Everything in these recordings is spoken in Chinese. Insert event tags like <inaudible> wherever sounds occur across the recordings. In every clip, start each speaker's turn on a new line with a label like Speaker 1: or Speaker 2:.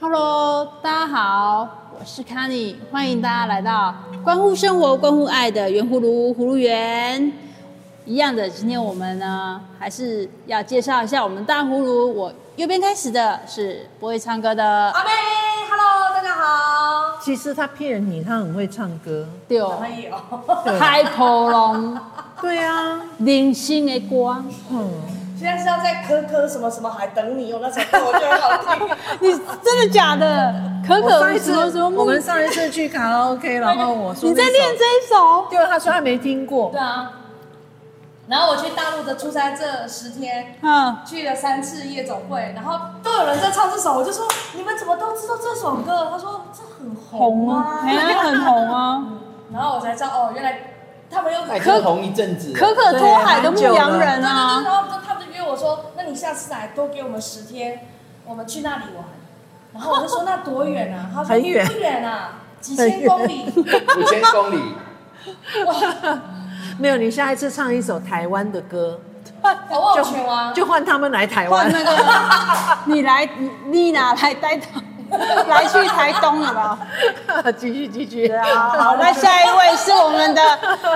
Speaker 1: Hello，大家好，我是 c a n n y 欢迎大家来到关乎生活、关乎爱的圆葫芦葫芦园。一样的，今天我们呢还是要介绍一下我们大葫芦。我右边开始的是不会唱歌的
Speaker 2: 阿妹，Hello，大家好。
Speaker 3: 其实他骗你，他很会唱歌。
Speaker 1: 六
Speaker 2: 以哦，
Speaker 1: 海波龙
Speaker 3: 对啊，
Speaker 1: 零星的光，
Speaker 3: 嗯，
Speaker 2: 现在是要在科科什么什么还等你哦，那首歌我觉得很好听。
Speaker 1: 你真的假的？可
Speaker 3: 我
Speaker 1: 可
Speaker 3: 上一
Speaker 1: 什么什
Speaker 3: 次
Speaker 1: 么木？
Speaker 3: 我们上一次去卡拉 OK，然后我说
Speaker 1: 你在
Speaker 3: 那首
Speaker 1: 练，这一首？
Speaker 3: 结果他说他没听过
Speaker 2: 对。 <laughs> 啊，然后我去大陆的出差这十天，
Speaker 1: 嗯，
Speaker 2: 去了三次夜总会，然后都有人在唱这首，我就说你们怎么都知道这首歌？他说这很红啊。
Speaker 1: 哎呀，很红啊。
Speaker 2: <laughs> 然后我才知道哦，原来他们又
Speaker 1: 哎
Speaker 4: 那也真的红一阵子。
Speaker 1: 可可托海的牧羊人
Speaker 2: 对对对，
Speaker 1: 啊，
Speaker 2: 然后他们就约我说，那你下次来多给我们十天，我们去那里玩。然后我就说那多远
Speaker 3: <laughs>
Speaker 2: 啊？他说
Speaker 3: 很远
Speaker 2: 不远
Speaker 3: <laughs>
Speaker 2: 啊，几千公里。
Speaker 4: 五千公里，
Speaker 3: 没有，你下一次唱一首台湾的歌，
Speaker 2: 好望全啊，
Speaker 3: 就换他们来台
Speaker 1: 换
Speaker 3: 湾。
Speaker 1: 那
Speaker 3: <laughs>
Speaker 1: 个你来丽娜来带头，来去台东了吧？
Speaker 3: <laughs> 继续继续。哦
Speaker 1: 对啊，好，那下一位是我们的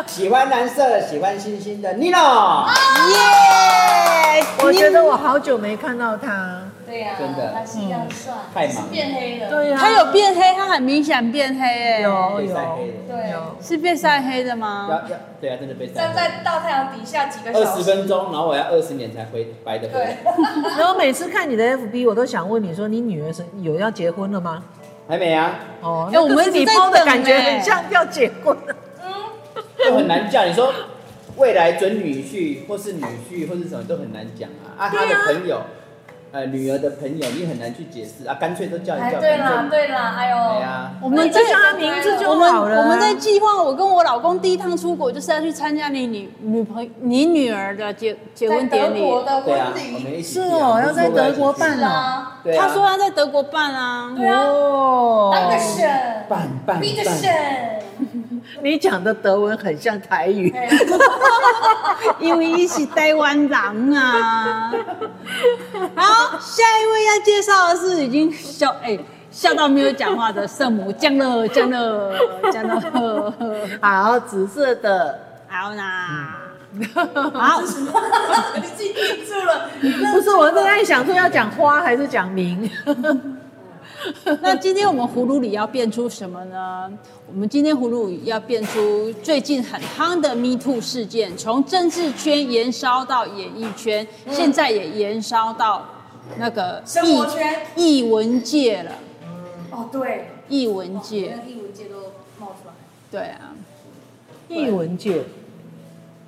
Speaker 4: 喜欢蓝色的，喜欢星星的 Nino，
Speaker 1: 耶，
Speaker 3: 我觉得
Speaker 1: 你
Speaker 3: 我好久没看到他。
Speaker 2: 对呀，
Speaker 4: 真的嗯
Speaker 2: 还是一样帅，
Speaker 4: 太忙了
Speaker 2: 是变黑了。
Speaker 3: 对啊，
Speaker 1: 他有变黑，他很明显变黑哎，
Speaker 3: 有
Speaker 4: 被
Speaker 3: 有
Speaker 4: 晒黑了。
Speaker 2: 对，
Speaker 3: 有
Speaker 1: 是被晒黑的吗？
Speaker 4: 要要，对啊，真的被晒
Speaker 2: 站
Speaker 4: 黑。
Speaker 2: 在大太阳底下几个
Speaker 4: 二
Speaker 2: 小
Speaker 4: 十
Speaker 2: 时，
Speaker 4: 分钟，然后我要二十年才回白的回 <laughs>
Speaker 2: 对
Speaker 4: 来，
Speaker 3: 然后每次看你的 FB，我都想问你说，你女儿是有要结婚了吗？
Speaker 4: 还没啊，
Speaker 3: 哦，
Speaker 1: 哎我们
Speaker 3: 那可是
Speaker 1: 一
Speaker 3: 你
Speaker 1: 直在
Speaker 3: 抛的
Speaker 1: 等
Speaker 3: 感觉
Speaker 1: 欸
Speaker 3: 很像要结婚了。
Speaker 4: 都很难叫。你说未来准女婿或是女婿或是什么都很难讲啊。啊，他的朋友，呃，女儿的朋友，你很难去解释啊，干脆都叫一
Speaker 2: 哎，
Speaker 4: 叫。
Speaker 2: 对啦
Speaker 4: 反正
Speaker 2: 对啦，哎
Speaker 4: 对
Speaker 2: 呦，
Speaker 4: 啊，
Speaker 1: 我们
Speaker 2: 哎
Speaker 1: 在
Speaker 2: 这个
Speaker 3: 他名字就
Speaker 1: 我们
Speaker 3: 好了啊
Speaker 1: 我们在计划，我跟我老公第一趟出国就是要去参加你女女朋你女儿的结结
Speaker 2: 在
Speaker 1: 婚典
Speaker 2: 德
Speaker 1: 礼。
Speaker 2: 国的
Speaker 4: 对啊
Speaker 2: 婚，
Speaker 4: 我
Speaker 2: 礼
Speaker 4: 们一起去
Speaker 3: 是
Speaker 4: 啊。
Speaker 3: 哦要在德国办
Speaker 2: 是啊，
Speaker 4: 对啊
Speaker 1: 他说他在德国办啊，
Speaker 2: 对啊
Speaker 3: 哦
Speaker 2: d a n k s h n
Speaker 4: 办办
Speaker 2: b i g
Speaker 4: 办， <laughs>
Speaker 3: <laughs> 你讲的德文很像台语，
Speaker 2: 哎
Speaker 1: 因为一起台湾人啊。好，下一位要介绍的是已经笑哎、笑到没有讲话的圣母降乐降乐降乐，
Speaker 3: 好，紫色的，
Speaker 1: 好啦，好，
Speaker 2: 你自己定住了，你
Speaker 3: 不是我正在想说要讲花还是讲 <laughs> 名，
Speaker 1: 那今天我们葫芦里要变出什么呢？我们今天葫芦里要变出最近很夯的 Me Too 事件，从政治圈延烧到演艺圈，现在也延烧到那个
Speaker 2: 生活圈
Speaker 1: 艺艺文界了，
Speaker 2: 哦，对，哦
Speaker 1: 艺文界
Speaker 2: 连，艺文界都冒出来，
Speaker 1: 对啊。
Speaker 3: 艺文界，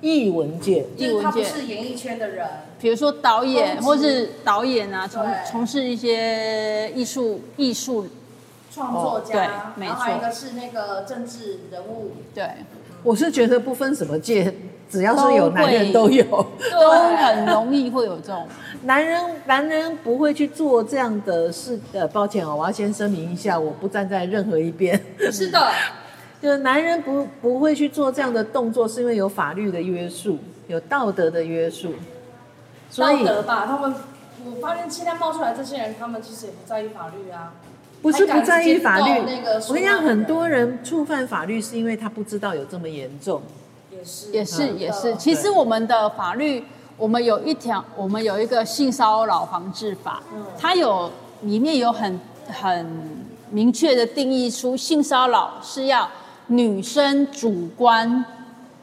Speaker 3: 艺文界，
Speaker 1: 艺
Speaker 2: 就是
Speaker 1: 文
Speaker 2: 他不
Speaker 1: 界，
Speaker 2: 是演艺圈的人，
Speaker 1: 比如说导演
Speaker 2: 公
Speaker 1: 或
Speaker 2: 职
Speaker 1: 是导演啊，从
Speaker 2: 哦对
Speaker 1: 从事一些艺术艺术，
Speaker 2: 创作
Speaker 1: 哦对
Speaker 2: 家，
Speaker 1: 没
Speaker 2: 然后还有一
Speaker 1: 错
Speaker 2: 个是那个政治人物，
Speaker 1: 对，
Speaker 3: 我是觉得不分什么界，只要是有男人
Speaker 1: 都
Speaker 3: 都
Speaker 1: 会
Speaker 3: 有，
Speaker 1: 都很容易会有这种。
Speaker 3: 男人男人不会去做这样的事，呃，抱歉哦，我要先声明一下，我不站在任何一边。 <laughs>
Speaker 1: 嗯
Speaker 2: 是的，
Speaker 3: 就是男人不不会去做这样的动作，是因为有法律的约束，有道德的约束，所
Speaker 2: 道
Speaker 3: 以
Speaker 2: 德吧，他们。我发现现在冒出来这些人，他们其实也不在意法律啊。
Speaker 3: 不是不在意法
Speaker 2: 还
Speaker 3: 律
Speaker 2: 敢直接动那个。
Speaker 3: 我跟你讲，很多人触犯法律是因为他不知道有这么严重。
Speaker 2: 也是，
Speaker 1: 也是也是，
Speaker 2: 嗯
Speaker 1: 其实我们的法律，我们有一条，我们有一个性骚扰防治法，
Speaker 2: 嗯
Speaker 1: 它有里面有很很明确的定义出性骚扰是要女生主观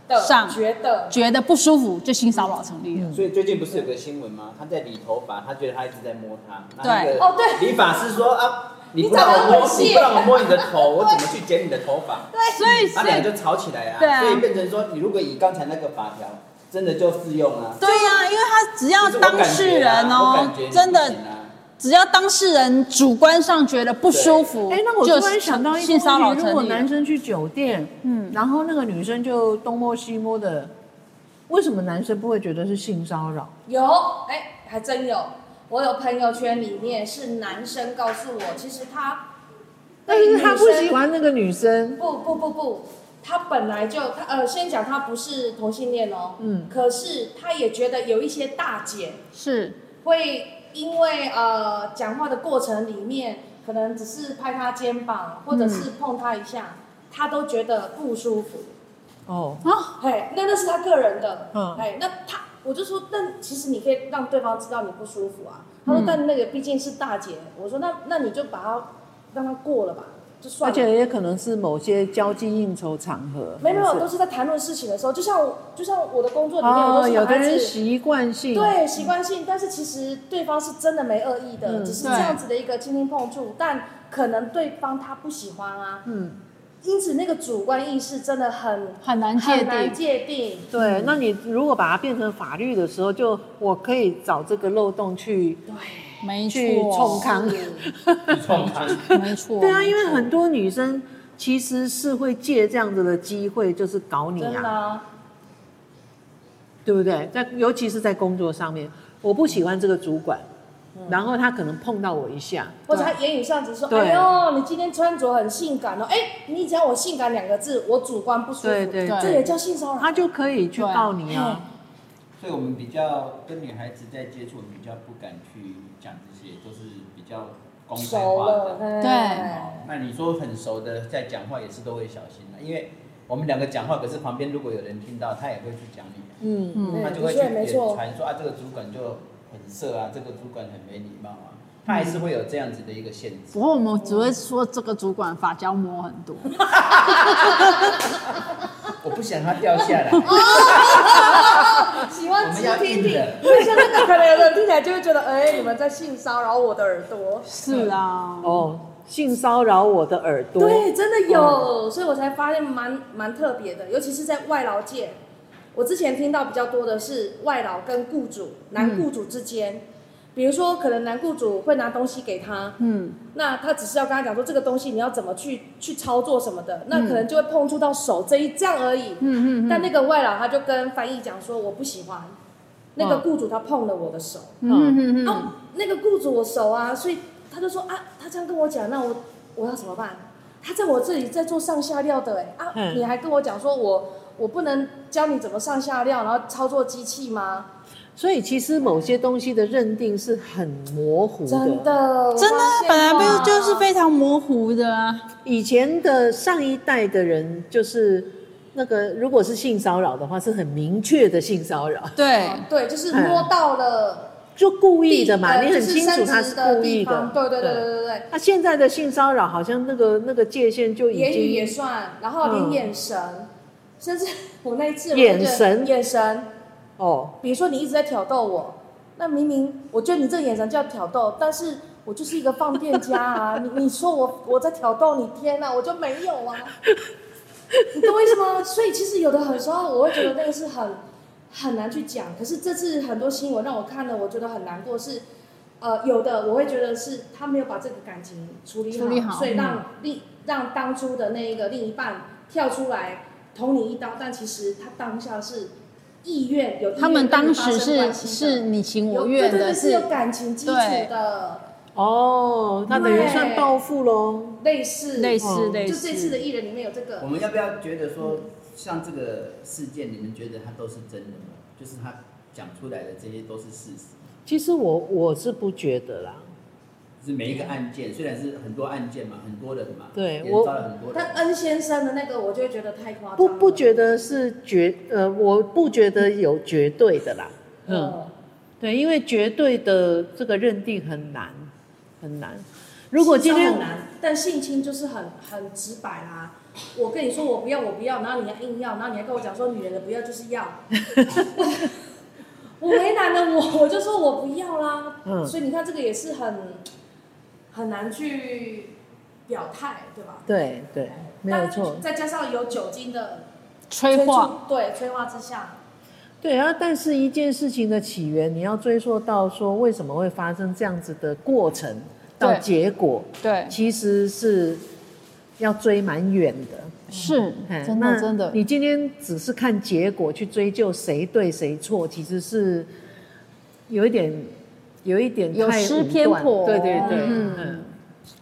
Speaker 2: 的
Speaker 1: 上
Speaker 2: 觉得
Speaker 1: 觉得不舒服就性骚扰成立了。
Speaker 2: 嗯
Speaker 4: 所以最近不是有个新闻吗？他在理头发，他觉得他一直在摸他。
Speaker 1: 对
Speaker 2: 哦对
Speaker 4: 理发师说啊，你不
Speaker 2: 长
Speaker 4: 让
Speaker 2: 得
Speaker 4: 我摸，
Speaker 2: 很细
Speaker 4: 你不让我摸你的头，
Speaker 1: <laughs>
Speaker 4: 我怎么去剪你的头发？
Speaker 1: 所以
Speaker 4: 他
Speaker 1: 所
Speaker 4: 俩
Speaker 1: 以
Speaker 4: 就吵起来啊。
Speaker 1: 对啊
Speaker 4: 所以变成说，你如果以刚才那个法条，真的就适用啊。
Speaker 1: 对呀、因为他只要
Speaker 4: 就是我
Speaker 1: 当
Speaker 4: 感
Speaker 1: 事
Speaker 4: 觉啊
Speaker 1: 人
Speaker 4: 我
Speaker 1: 哦
Speaker 4: 感觉你，
Speaker 1: 真
Speaker 4: 不
Speaker 1: 的
Speaker 4: 行啊
Speaker 1: 只要当事人主观上觉得不舒服，
Speaker 3: 哎，那我
Speaker 1: 就
Speaker 3: 突然想到一
Speaker 1: 性
Speaker 3: 个
Speaker 1: 骚扰
Speaker 3: 问题，如果
Speaker 1: 成立了
Speaker 3: 男生去酒店，嗯，然后那个女生就东摸西摸的，为什么男生不会觉得是性骚扰？
Speaker 2: 有，哎，还真有。我有朋友圈里面是男生告诉我，其实他
Speaker 3: 但是他不
Speaker 2: 对女生
Speaker 3: 喜欢那个女生，
Speaker 2: 不不不不，他本来就他呃，先讲他不是同性恋哦，
Speaker 3: 嗯，
Speaker 2: 可是他也觉得有一些大姐
Speaker 1: 是
Speaker 2: 会因为呃讲话的过程里面可能只是拍他肩膀，或者是碰他一下，他都觉得不舒服。
Speaker 3: 哦，
Speaker 1: 啊，
Speaker 2: 嘿，那那是他个人的，
Speaker 3: 嗯
Speaker 2: 哎，那他我就说，但其实你可以让对方知道你不舒服啊。他说，
Speaker 3: 嗯
Speaker 2: 但那个毕竟是大姐，我说那那你就把他让他过了吧，就算
Speaker 3: 而
Speaker 2: 了。
Speaker 3: 且也可能是某些交际应酬场合，
Speaker 2: 没有没
Speaker 3: 还
Speaker 2: 有，
Speaker 3: 是
Speaker 2: 都是在谈论事情的时候，就像我就像我的工作里面，我
Speaker 3: 哦，
Speaker 2: 都是
Speaker 3: 有
Speaker 2: 把
Speaker 3: 的
Speaker 2: 孩
Speaker 3: 人
Speaker 2: 子
Speaker 3: 习惯性，
Speaker 2: 对习惯性，但是其实对方是真的没恶意
Speaker 3: 嗯
Speaker 2: 的，只是这样子的一个轻轻碰触，但可能对方他不喜欢啊，
Speaker 3: 嗯，
Speaker 2: 因此那个主观意识真的很
Speaker 1: 很难界
Speaker 2: 很难
Speaker 1: 定。
Speaker 2: 界定。
Speaker 3: 对，那你如果把它变成法律的时候，就我可以找这个漏洞去
Speaker 1: 没错，
Speaker 3: 去冲康。 <laughs>
Speaker 4: 创刊。
Speaker 1: 没错。
Speaker 3: 对啊，因
Speaker 1: 没
Speaker 3: 为
Speaker 1: 错
Speaker 3: 很多女生其实是会借这样子的机会，就是搞你
Speaker 2: 真的
Speaker 3: 啊，
Speaker 2: 啊、
Speaker 3: 对不对？在尤其是在工作上面，我不喜欢这个主管，
Speaker 2: 嗯
Speaker 3: 然后他可能碰到我一下，
Speaker 2: 或者他言语上只是说：“
Speaker 3: 对
Speaker 2: 哎呦，你今天穿着很性感哦。”哎，你讲我性感两个字，我主观不舒服，
Speaker 3: 对对
Speaker 1: 对
Speaker 2: 这也叫性骚扰。
Speaker 3: 他就可以去
Speaker 1: 对啊
Speaker 3: 告你啊。
Speaker 4: <laughs> 所以我们比较跟女孩子在接触，我们比较不敢去讲这些，都是比较公开
Speaker 2: 熟
Speaker 4: 化
Speaker 2: 了，
Speaker 4: 的。
Speaker 2: 嘿
Speaker 1: 对
Speaker 2: 哦哎
Speaker 4: 那你说很熟的在讲话也是都会小心的，因为我们两个讲话，可是旁边如果有人听到，他也会去讲你，
Speaker 3: 嗯，
Speaker 2: 嗯
Speaker 4: 他就会去
Speaker 2: 没错没错
Speaker 4: 也传说啊，这个主管就很色啊，这个主管很没礼貌啊，他还是会有这样子的一个限制。
Speaker 1: 不
Speaker 2: 嗯
Speaker 1: 过我们只会说这个主管发胶膜很多，
Speaker 4: 我不想他掉下来，
Speaker 2: <laughs> 啊喜
Speaker 4: 我
Speaker 2: 欢
Speaker 4: 们
Speaker 2: 直
Speaker 4: 要
Speaker 2: 挺
Speaker 4: 硬
Speaker 2: 挺，
Speaker 4: 的。
Speaker 2: 对，像那个可能有人听起来就会觉得，哎，你们在性骚扰我的耳朵。
Speaker 1: 是啊，
Speaker 3: 哦，性骚扰我的耳朵，
Speaker 2: 对，真的有，所以我才发现蛮蛮特别的，尤其是在外劳界。我之前听到比较多的是外劳跟雇主、男雇主之间，比如说可能男雇主会拿东西给他，
Speaker 1: 嗯，
Speaker 2: 那他只是要跟他讲说这个东西你要怎么去去操作什么的，那可能就会碰触到手这一这样而已。嗯嗯嗯。但那个外劳他就跟翻译讲说我不喜欢，那个
Speaker 3: 嗯
Speaker 2: 雇主他碰了我的手，
Speaker 1: 嗯嗯嗯，
Speaker 2: 哦，那个雇主我熟啊，所以他就说啊，他这样跟我讲，那我我要怎么办？他在我这里在做上下料的哎、啊，
Speaker 3: 嗯
Speaker 2: 你还跟我讲说我我不能教你怎么上下料，然后操作机器吗？
Speaker 3: 所以其实某些东西的认定是很模糊
Speaker 2: 真的，我
Speaker 1: 真的
Speaker 2: 发现
Speaker 1: 本来
Speaker 2: 哇
Speaker 1: 不就是非常模糊的啊，
Speaker 3: 以前的上一代的人，就是那个如果是性骚扰的话，是很明确的性骚扰，
Speaker 1: 对
Speaker 2: 对，就是摸到了
Speaker 3: 就故意
Speaker 2: 地
Speaker 3: 的嘛，
Speaker 2: 呃
Speaker 3: 你很
Speaker 2: 就是
Speaker 3: 清楚
Speaker 2: 伸
Speaker 3: 他
Speaker 2: 直
Speaker 3: 是
Speaker 2: 的
Speaker 3: 故意
Speaker 2: 地
Speaker 3: 的
Speaker 2: 方。对对对对对对。
Speaker 3: 那现在的性骚扰好像那个那个界限就已
Speaker 2: 言语也
Speaker 3: 经
Speaker 2: 算，然后
Speaker 3: 嗯
Speaker 2: 连眼神，甚至我那一次我
Speaker 3: 眼
Speaker 2: 就觉得
Speaker 3: 神
Speaker 2: 眼神，
Speaker 3: 哦，
Speaker 2: 比如说你一直在挑逗我，那明明我觉得你这个眼神叫挑逗，但是我就是一个放电家
Speaker 1: <laughs>
Speaker 2: 啊！你你说我我在挑逗你，天哪，我就没有啊！你懂我意思吗？所以其实有的很时候我会觉得那个是很很难去讲，可是这次很多新闻让我看了，我觉得很难过是。呃，有的我会觉得是他没有把这个感情处理好，
Speaker 1: 处理好嗯
Speaker 2: 所以让另、让当初的那一个另一半跳出来捅你一刀，但其实他当下是意愿有意愿
Speaker 1: 他们
Speaker 2: 跟你
Speaker 1: 当
Speaker 2: 发
Speaker 1: 时
Speaker 2: 生
Speaker 1: 是
Speaker 2: 关系的
Speaker 1: 是你情
Speaker 2: 有
Speaker 1: 我愿
Speaker 2: 对对
Speaker 1: 的，
Speaker 2: 对是有感情基础的，
Speaker 3: 哦，那等于
Speaker 2: 对
Speaker 3: 算报复喽。
Speaker 2: 类似
Speaker 1: 类似
Speaker 3: 哦
Speaker 1: 类
Speaker 2: 就这次的
Speaker 1: 似，
Speaker 2: 艺人里面有这
Speaker 4: 我
Speaker 2: 个，
Speaker 4: 们要不要觉得说，像这个事件，你们觉得它都是真的吗？就是他讲出来的这些都是事实，
Speaker 3: 其实我我是不觉得啦，
Speaker 4: 就是每一个案
Speaker 2: 嗯
Speaker 4: 件，虽然是很多案件嘛，很多人嘛，
Speaker 3: 对
Speaker 4: 也
Speaker 3: 我
Speaker 4: 抓了很多
Speaker 2: 但
Speaker 4: 人，
Speaker 2: 恩先生的那个我就会觉得太夸张了，
Speaker 3: 不不觉得是绝呃，我不觉得有绝对的啦。嗯，
Speaker 2: 嗯，
Speaker 3: 对，因为绝对的这个认定很难很难。如果今天
Speaker 2: 性骚扰很难，但性侵就是很很直白啦。我跟你说我不要我不要，然后你还硬要，然后你还跟我讲说女人的不要就是要， <laughs> 我为难了我，我就说我不要啦。
Speaker 3: 嗯
Speaker 2: 所以你看这个也是很很难去表态，对吧？
Speaker 3: 对对，没有错
Speaker 2: 但。再加上有酒精的
Speaker 1: 催化，
Speaker 2: 促，对催化之下，
Speaker 3: 对啊，但是一件事情的起源，你要追溯到说为什么会发生这样子的过程到
Speaker 1: 对
Speaker 3: 结果，
Speaker 1: 对，
Speaker 3: 其实是要追蛮远的。
Speaker 1: 是
Speaker 3: 嘿
Speaker 1: 真
Speaker 3: 嗯那
Speaker 1: 的真的，
Speaker 3: 你今天只是看结果去追究谁对谁错，其实是有一点，有一点
Speaker 1: 有
Speaker 3: 太
Speaker 1: 失
Speaker 3: 武
Speaker 1: 偏
Speaker 3: 断
Speaker 1: 颇
Speaker 3: 对对对，
Speaker 1: 嗯
Speaker 3: 嗯，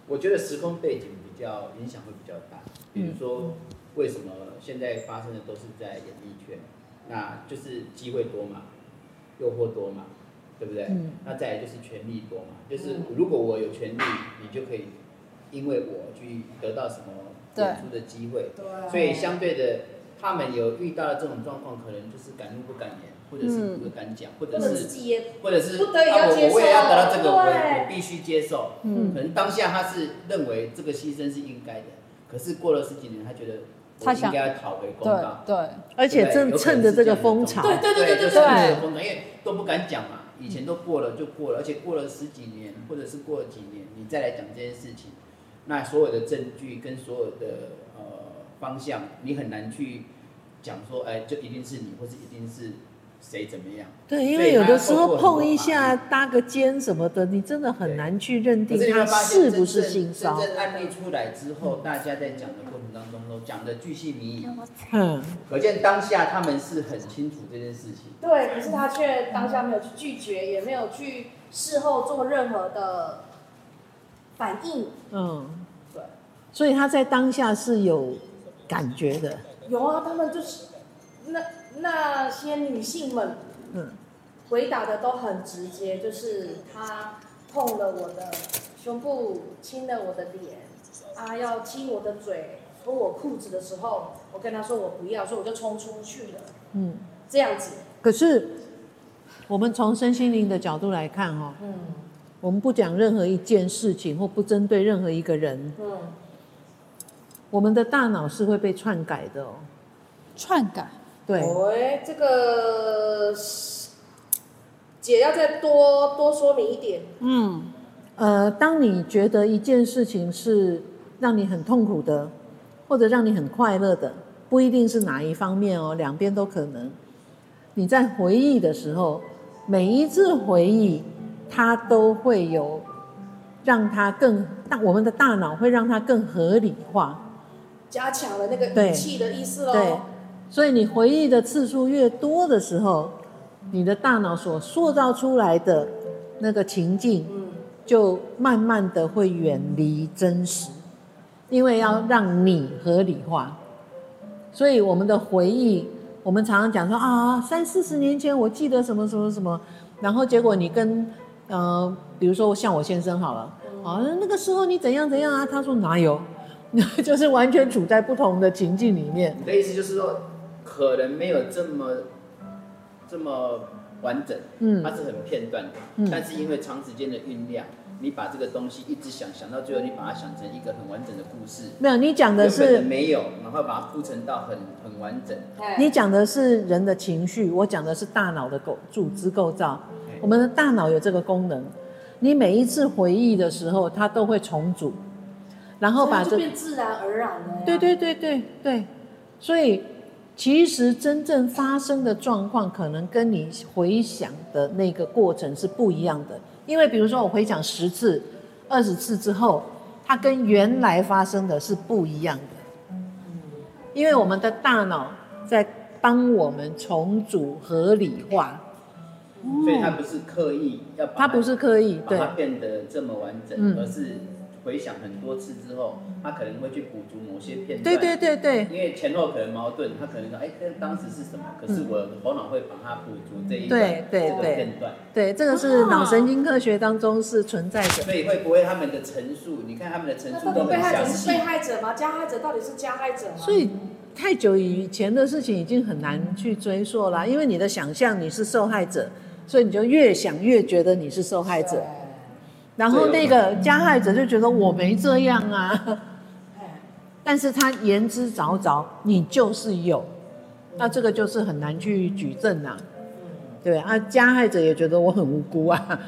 Speaker 4: 我觉得时空背景比较影响会比较大。比如
Speaker 2: 嗯
Speaker 4: 说，为什么现在发生的都是在演艺圈？那就是机会多嘛，诱惑多嘛，对不对？
Speaker 3: 嗯
Speaker 4: 那再来就是权力多嘛，就是
Speaker 2: 嗯
Speaker 4: 如果我有权力，你就可以因为我去得到什么
Speaker 1: 对
Speaker 4: 演出的机会，
Speaker 2: 对，啊
Speaker 4: 所以相对的，他们有遇到这种状况，可能就是敢怒不敢言，或者是
Speaker 1: 嗯
Speaker 4: 不敢讲，或
Speaker 2: 或
Speaker 4: 者
Speaker 2: 者自
Speaker 4: 是
Speaker 2: 己也
Speaker 4: 或者是
Speaker 2: 不得已要
Speaker 4: 啊我
Speaker 2: 接受
Speaker 4: 我也要得到这个，我
Speaker 2: 对
Speaker 4: 我必须接受。
Speaker 1: 嗯
Speaker 4: 可能当下他是认为这个牺牲是应该的，可是过了十几年，他觉得
Speaker 1: 他
Speaker 4: 我
Speaker 1: 想
Speaker 4: 应该要讨回公
Speaker 1: 对
Speaker 4: 道。
Speaker 1: 对，
Speaker 3: 而且
Speaker 4: 对
Speaker 3: 正
Speaker 4: 有可能是
Speaker 3: 趁着这
Speaker 4: 这
Speaker 3: 个
Speaker 4: 样的
Speaker 3: 风
Speaker 4: 状
Speaker 3: 潮，
Speaker 4: 况
Speaker 2: 对对对对
Speaker 4: 就
Speaker 2: 对
Speaker 4: 是趁
Speaker 1: 对
Speaker 4: 着风潮，因为都不敢讲嘛，以前都过了就过了，而且过了十几年，或者是过了几年，你再来讲这件事情，那所有的证据跟所有的呃方向，你很难去讲说，哎，就一定是你，或是一定是谁怎么样。
Speaker 3: 对，因
Speaker 4: 所以
Speaker 3: 为有的时
Speaker 4: 他
Speaker 3: 候
Speaker 4: 透过很多
Speaker 3: 碰一下、
Speaker 4: 法
Speaker 3: 搭个肩什么的，你真的很
Speaker 4: 对
Speaker 3: 难去认
Speaker 4: 可
Speaker 3: 定
Speaker 4: 是你会
Speaker 3: 他
Speaker 4: 发现
Speaker 3: 是
Speaker 4: 真
Speaker 3: 不是
Speaker 4: 正
Speaker 3: 性骚
Speaker 4: 真正案例出来之后，大家在讲的过程当中都讲的巨细靡遗，
Speaker 3: 嗯，
Speaker 4: 可见当下他们是很清楚这件事情。
Speaker 2: 对，可是他却当下没有去拒绝，也没有去事后做任何的反应。
Speaker 3: 嗯，
Speaker 2: 对，
Speaker 3: 所以他在当下是有感觉的，
Speaker 2: 有啊，他们就是那那些女性们
Speaker 3: 嗯，
Speaker 2: 回答的都很直接，就是他碰了我的胸部，亲了我的脸，啊，要亲我的嘴，脱我裤子的时候，我跟他说我不要，所以我就冲出去了。
Speaker 3: 嗯，
Speaker 2: 这样子，
Speaker 3: 可是我们从身心灵的角度来看哦，
Speaker 2: 嗯
Speaker 3: 我们不讲任何一件事情或不针对任何一个人，
Speaker 2: 嗯，
Speaker 3: 我们的大脑是会被篡改的哦。
Speaker 1: 篡改，
Speaker 3: 对，
Speaker 2: 喂，哦这个是姐要再多多说明一点。
Speaker 1: 嗯，
Speaker 3: 呃，当你觉得一件事情是让你很痛苦的，或者让你很快乐的，不一定是哪一方面哦，两边都可能。你在回忆的时候，每一次回忆，它都会有让它更大，我们的大脑会让它更合理化。
Speaker 2: 加强了那个
Speaker 3: 对
Speaker 2: 语气的意思
Speaker 3: 对
Speaker 2: 喽。，
Speaker 3: 所以你回忆的次数越多的时候，你的大脑所塑造出来的那个情境，
Speaker 2: 嗯，
Speaker 3: 就慢慢的会远离真实，因为要让你合理化。所以我们的回忆，我们常常讲说啊，三四十年前我记得什么什么什么，然后结果你跟呃，比如说像我先生好了，啊，那个时候你怎样怎样啊，他说哪有， <laughs> 就是完全处在不同的情境里面。
Speaker 4: 你的意思就是说，可能没有这么这么完整，
Speaker 3: 嗯
Speaker 4: 它是很片段的，
Speaker 3: 嗯
Speaker 4: 但是因为长时间的酝酿，你把这个东西一直想想到最后，你把它想成一个很完整的故事，
Speaker 3: 没有，你讲的
Speaker 4: 原本的
Speaker 3: 是
Speaker 4: 没有，然后把它铺陈到很很完整。
Speaker 2: 哎
Speaker 3: 你讲的是人的情绪，我讲的是大脑的构组织构造。我们的大脑有这个功能，你每一次回忆的时候，它都会重组，然后把
Speaker 2: 所以就
Speaker 3: 这
Speaker 2: 变自然而然了呀。
Speaker 3: 对对对对对，所以其实真正发生的状况，可能跟你回想的那个过程是不一样的。因为比如说我回想十次、二十次之后，它跟原来发生的是不一样的，因为我们的大脑在帮我们重组合理化，
Speaker 4: 所以它不是刻意要把
Speaker 3: 它不是刻意
Speaker 4: 把
Speaker 3: 对
Speaker 4: 它变得这么完整，
Speaker 3: 嗯
Speaker 4: 而是回想很多次之后，它可能会去补足某些片段。
Speaker 3: 对对对对嗯
Speaker 4: 因为前后可能矛盾，他可能说，哎，那当时是什么？可是我头脑会把它补足这一段
Speaker 3: 对对
Speaker 4: 这个
Speaker 3: 对
Speaker 4: 片段，
Speaker 3: 对，这个是脑神经科学当中是存在的。
Speaker 4: 所以会不会他们的陈述？你看他们的陈
Speaker 2: 那
Speaker 4: 述
Speaker 2: 到
Speaker 4: 都
Speaker 2: 底被
Speaker 4: 很
Speaker 2: 害
Speaker 4: 详
Speaker 2: 者是被
Speaker 4: 细，
Speaker 2: 害者吗？加害者到底是加害者吗？
Speaker 3: 所以太久以前的事情已经很难去追溯啦，因为你的想象你是受害者，所以你就越想越觉得你是受害者，然后那个加害者就觉得我没这样啊，
Speaker 2: 哎，
Speaker 3: 但是他言之凿凿，你就是有，那这个就是很难去举证啊，对啊，加害者也觉得我很无辜啊，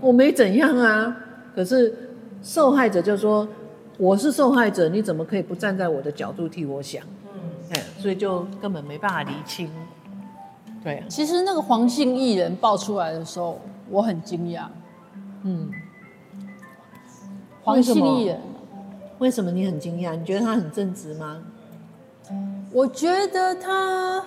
Speaker 3: 我没怎样啊，可是受害者就说我是受害者，你怎么可以不站在我的角度替我想？
Speaker 2: 嗯，
Speaker 3: 哎，所以就根本没办法厘清。对啊，
Speaker 1: 其实那个黄姓艺人爆出来的时候，我很惊讶，
Speaker 3: 嗯，
Speaker 1: 黄
Speaker 3: 为什么
Speaker 1: 姓艺人，
Speaker 3: 为什么你很惊讶？你觉得他很正直吗？
Speaker 1: 我觉得他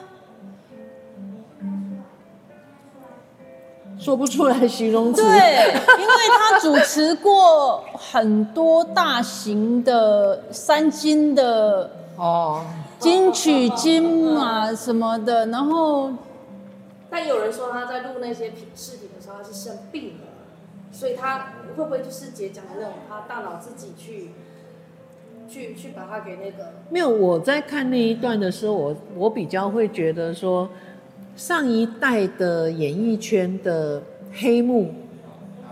Speaker 3: 说不出来形容词。
Speaker 1: 对，因为他主持过很多大型的三金的
Speaker 3: 哦，
Speaker 1: 金曲、金马什么的，然后
Speaker 2: 但有人说他在录那些频视频的时候他是生病了，所以他会不会就是姐讲的那种，他大脑自己去去去把它给那个
Speaker 3: 没有，我在看那一段的时候，我我比较会觉得说，上一代的演艺圈的黑幕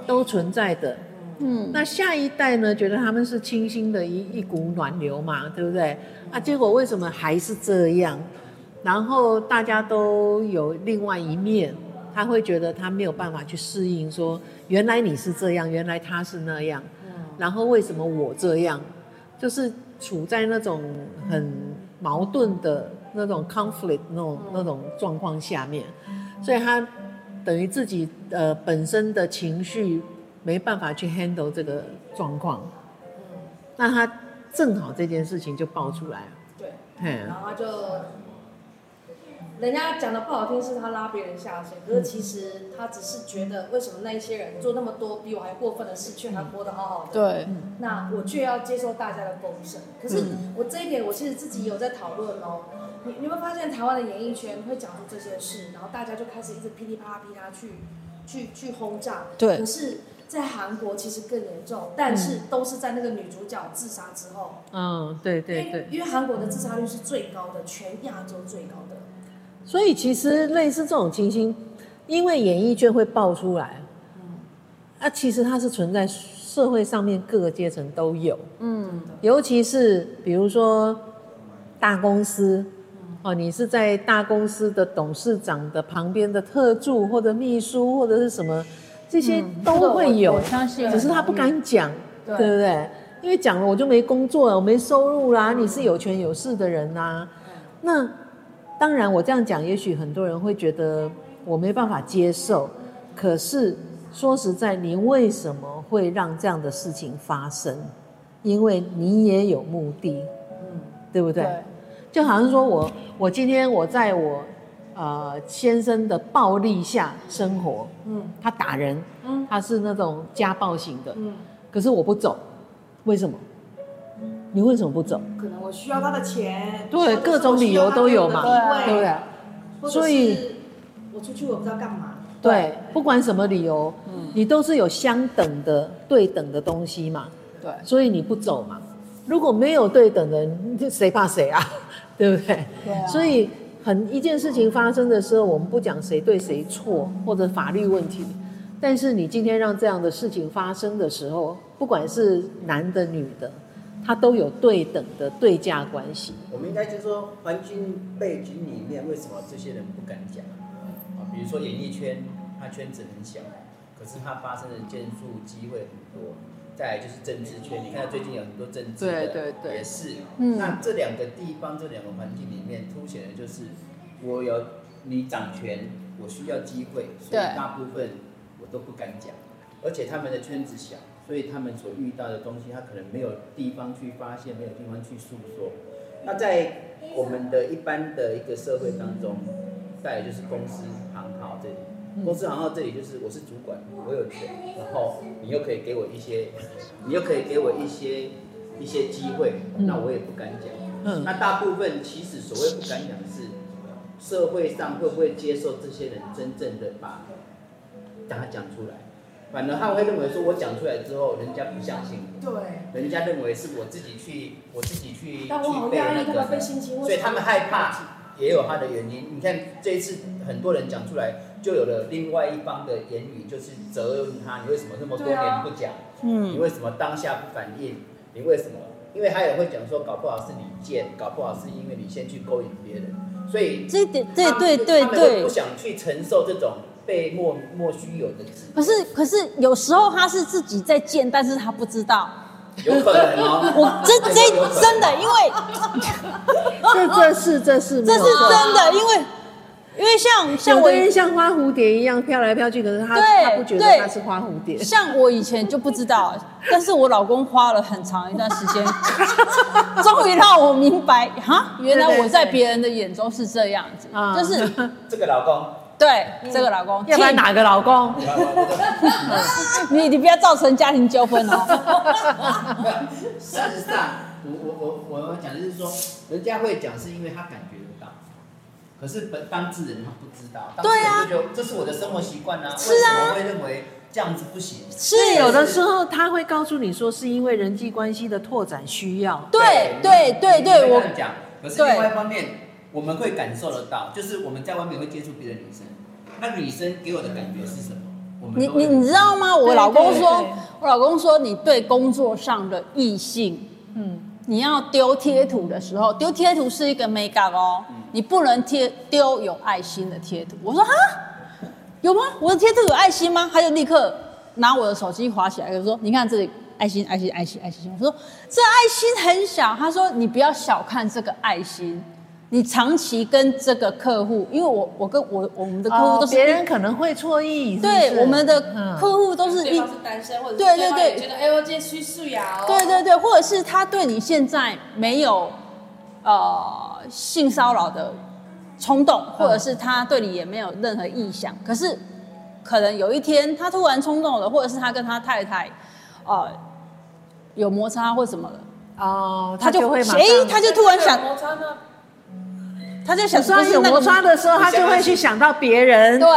Speaker 3: 都存在的，
Speaker 1: 嗯，
Speaker 3: 那下一代呢，觉得他们是清新的一一股暖流嘛，对不对？啊，结果为什么还是这样？然后大家都有另外一面，他会觉得他没有办法去适应说，原来你是这样，原来他是那样，然后为什么我这样？就是处在那种很矛盾的那种 conflict 那种那种状况下面，所以他等于自己呃本身的情绪没办法去 handle 这个状况，那他正好这件事情就爆出来了，
Speaker 2: 对，
Speaker 3: 嘿，
Speaker 2: 然后他就人家讲的不好听是他拉别人下水，可是其实他只是觉得为什么那一些人做那么多比我还过分的事，却还活得好好的，
Speaker 1: 对，
Speaker 2: 那我却要接受大家的公审。可是我这一点，我其实自己有在讨论哦。你你有没有发现台湾的演艺圈会讲出这些事，然后大家就开始一直噼里啪啦噼啦去去去轰炸。
Speaker 1: 对
Speaker 2: 可是，在韩国其实更严重，但是都是在那个女主角自杀之后。
Speaker 3: 嗯，对对
Speaker 2: 因
Speaker 3: 对
Speaker 2: 为。因为韩国的自杀率是最高的，全亚洲最高的。
Speaker 3: 所以其实类似这种情形，因为演艺圈会爆出来，啊，其实它是存在社会上面各个阶层都有，
Speaker 1: 嗯，
Speaker 3: 尤其是比如说大公司，哦，你是在大公司的董事长的旁边的特助或者秘书或者是什么，这些都会有，
Speaker 1: 嗯我相信，
Speaker 3: 只是他不敢讲，
Speaker 2: 对
Speaker 3: 对不对？因为讲了我就没工作了，我没收入啦，你是有权有势的人呐、那当然，我这样讲，也许很多人会觉得我没办法接受。可是说实在，你为什么会让这样的事情发生？因为你也有目的，对嗯不对？
Speaker 1: 对
Speaker 3: 就好像说我，我今天我在我呃先生的暴力下生活，嗯，他打人，嗯，他是那种家暴型的，
Speaker 2: 嗯，
Speaker 3: 可是我不走，为什么？你为什么不走？
Speaker 2: 可能我需要他的钱，
Speaker 3: 对
Speaker 2: 或者是
Speaker 3: 各种理由都有嘛
Speaker 2: 我需要他
Speaker 3: 对
Speaker 2: 给我
Speaker 3: 不
Speaker 2: 的
Speaker 3: 对啊
Speaker 2: 地？位
Speaker 3: 所以
Speaker 2: 或者是我出去我不知道干嘛。
Speaker 3: 对，嗯不管什么理由，你都是有相等的、对等的东西嘛，
Speaker 1: 对，
Speaker 3: 所以你不走嘛。如果没有对等的，你谁怕谁啊？ <laughs> 对不对？
Speaker 1: 对啊
Speaker 3: 所以很一件事情发生的时候，我们不讲谁对谁错或者法律问题，但是你今天让这样的事情发生的时候，不管是男的女的，他都有对等的对价关
Speaker 1: <laughs>
Speaker 3: 系。
Speaker 4: 我们应该就是说，环境背景里面，为什么这些人不敢讲啊？比如说演艺圈，它圈子很小，可是它发生的件数机会很多。再来就是政治圈，你看最近有很多政治的，
Speaker 1: 对对对
Speaker 4: 也是。
Speaker 1: 嗯
Speaker 4: 那这两个地方，这两个环境里面，凸显的就是我有你掌权，我需要机会，所以
Speaker 1: 对
Speaker 4: 大部分我都不敢讲。而且他们的圈子小，所以他们所遇到的东西，他可能没有地方去发现，没有地方去诉说。那在我们的一般的一个社会当中，再来就是公司行号这里，公司行号这里就是我是主管，我有权，然后你又可以给我一些，你又可以给我一些一些机会，那我也不敢讲。
Speaker 3: 嗯
Speaker 4: 那大部分其实所谓不敢讲是，社会上会不会接受这些人真正的把把它讲出来？反而他会认为说我讲出来之后，人家不相信我。
Speaker 2: 对，
Speaker 4: 人家认为是我自己去，我自己去
Speaker 2: 但我好
Speaker 4: 去背
Speaker 2: 压抑，
Speaker 4: 那
Speaker 2: 他
Speaker 4: 个
Speaker 2: 们被性侵，
Speaker 4: 所以他们害怕，也有他的原因。你看这一次很多人讲出来，就有了另外一方的言语，就是责问他：你为什么那么多
Speaker 2: 对啊
Speaker 4: 年不讲？你
Speaker 1: 嗯，
Speaker 4: 为什么当下不反应？你为什么？因为他也会讲说，搞不好是你贱，搞不好是因为你先去勾引别人，所以
Speaker 1: 这一点对
Speaker 4: 他们
Speaker 1: 对对
Speaker 4: 他们会
Speaker 1: 对
Speaker 4: 不。想去承受这种被莫莫须有的指
Speaker 1: 可是可是有时候他是自己在贱，但是他不知道。
Speaker 4: 责，有可能哦。
Speaker 1: 我这
Speaker 4: <laughs>
Speaker 1: 这
Speaker 4: 有可能
Speaker 1: 真的，因为
Speaker 3: 这这是这是没
Speaker 1: 这
Speaker 3: 有
Speaker 1: 是
Speaker 3: 错
Speaker 1: 真的，因为因为像像
Speaker 3: 有
Speaker 1: 我
Speaker 3: 的人像花蝴蝶一样飘来飘去，可是他
Speaker 1: 对
Speaker 3: 他不觉得
Speaker 1: 对
Speaker 3: 他是花蝴蝶。
Speaker 1: 像我以前就不知道，但是我老公花了很长一段时间， <laughs> 终于让我明白，哈，原来我在别人的眼中是这样子，
Speaker 3: 嗯
Speaker 1: 就是
Speaker 4: 这个老公，
Speaker 1: 对这个老公，
Speaker 3: 要不
Speaker 1: 替
Speaker 3: 然哪个老公？
Speaker 4: 我我我
Speaker 1: 你你不要造成家庭纠纷哦。
Speaker 4: 事实上，我我我我要讲的是说，人家会讲是因为他感觉得到，可是本当事人他不知道，当事
Speaker 1: 对啊
Speaker 4: 人就觉得这是我的生活习惯啊，
Speaker 1: 是啊
Speaker 4: 为什么会认为这样子不行。
Speaker 1: 是
Speaker 3: 对有的时候他会告诉你说，是因为人际关系的拓展需要。
Speaker 1: 对对对
Speaker 4: 你会
Speaker 1: 对，
Speaker 4: 这
Speaker 1: 我
Speaker 4: 样讲。可是
Speaker 1: 对
Speaker 4: 另外一方面，我们会感受得到，就是我们在外面会接触别的女生，那女生给我的感觉是什么？我们
Speaker 1: 你
Speaker 4: 都
Speaker 1: 你
Speaker 4: 会
Speaker 1: 你知道吗？我
Speaker 3: 对
Speaker 1: 老公
Speaker 3: 对
Speaker 1: 说
Speaker 3: 对，
Speaker 1: 我老公说你对工作上的异性，
Speaker 3: 嗯，
Speaker 1: 你要丢贴图的时候，丢贴图是一个美感哦，
Speaker 3: 嗯
Speaker 1: 你不能贴丢有爱心的贴图。我说哈，有吗？我的贴图有爱心吗？他就立刻拿我的手机划起来，就说你看这里爱心爱心爱心爱心。我说这爱心很小，他说你不要小看这个爱心。你长期跟这个客户，因为我我跟我我们的客户都
Speaker 3: 哦，
Speaker 1: 是一、
Speaker 3: 别人可能会错意。是不是
Speaker 1: 对我们的
Speaker 3: 嗯
Speaker 1: 客户都是
Speaker 2: 对
Speaker 1: 一
Speaker 2: 方是单身，或者是
Speaker 1: 对
Speaker 2: 方
Speaker 1: 对
Speaker 2: 也
Speaker 1: 对
Speaker 2: 觉得哎呦，今天虚素呀、哦，
Speaker 1: 对对对，或者是他对你现在没有呃性骚扰的冲动，或
Speaker 3: 嗯
Speaker 1: 者是他对你也没有任何意向，可是可能有一天他突然冲动了，或者是他跟他太太呃有摩擦或什么了，
Speaker 3: 哦，
Speaker 1: 他
Speaker 3: 他
Speaker 1: 就
Speaker 3: 就会马上
Speaker 1: 哎，他就突然想，
Speaker 2: 摩擦呢，
Speaker 1: 他就想
Speaker 3: 虽
Speaker 1: 说
Speaker 3: 然有摩擦的时候，他就会去想到别人。
Speaker 1: 对，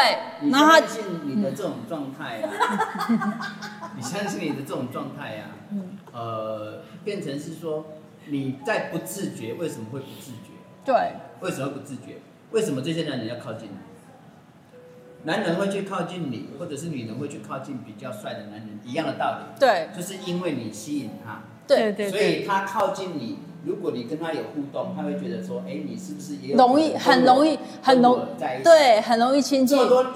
Speaker 4: 你
Speaker 1: 然后他
Speaker 4: 相信你的这种状态啊，
Speaker 1: <laughs>
Speaker 4: 你相信你的这种状态啊，
Speaker 1: 嗯
Speaker 4: 呃，变成是说你在不自觉，为什么会不自觉？
Speaker 1: 对
Speaker 4: 为什么会不自觉？为什么这些男人要靠近你？男人会去靠近你，或者是女人会去靠近比较帅的男人，一样的道理，
Speaker 1: 对
Speaker 4: 就是因为你吸引他，
Speaker 1: 对，
Speaker 3: 对
Speaker 4: 所以他靠近你。如果你跟他有互动，他会觉得说，哎、你是不是也有
Speaker 1: 容易很容易很容
Speaker 4: 跟我在一起
Speaker 1: 对很容易亲
Speaker 4: 这
Speaker 1: 近
Speaker 4: 么，多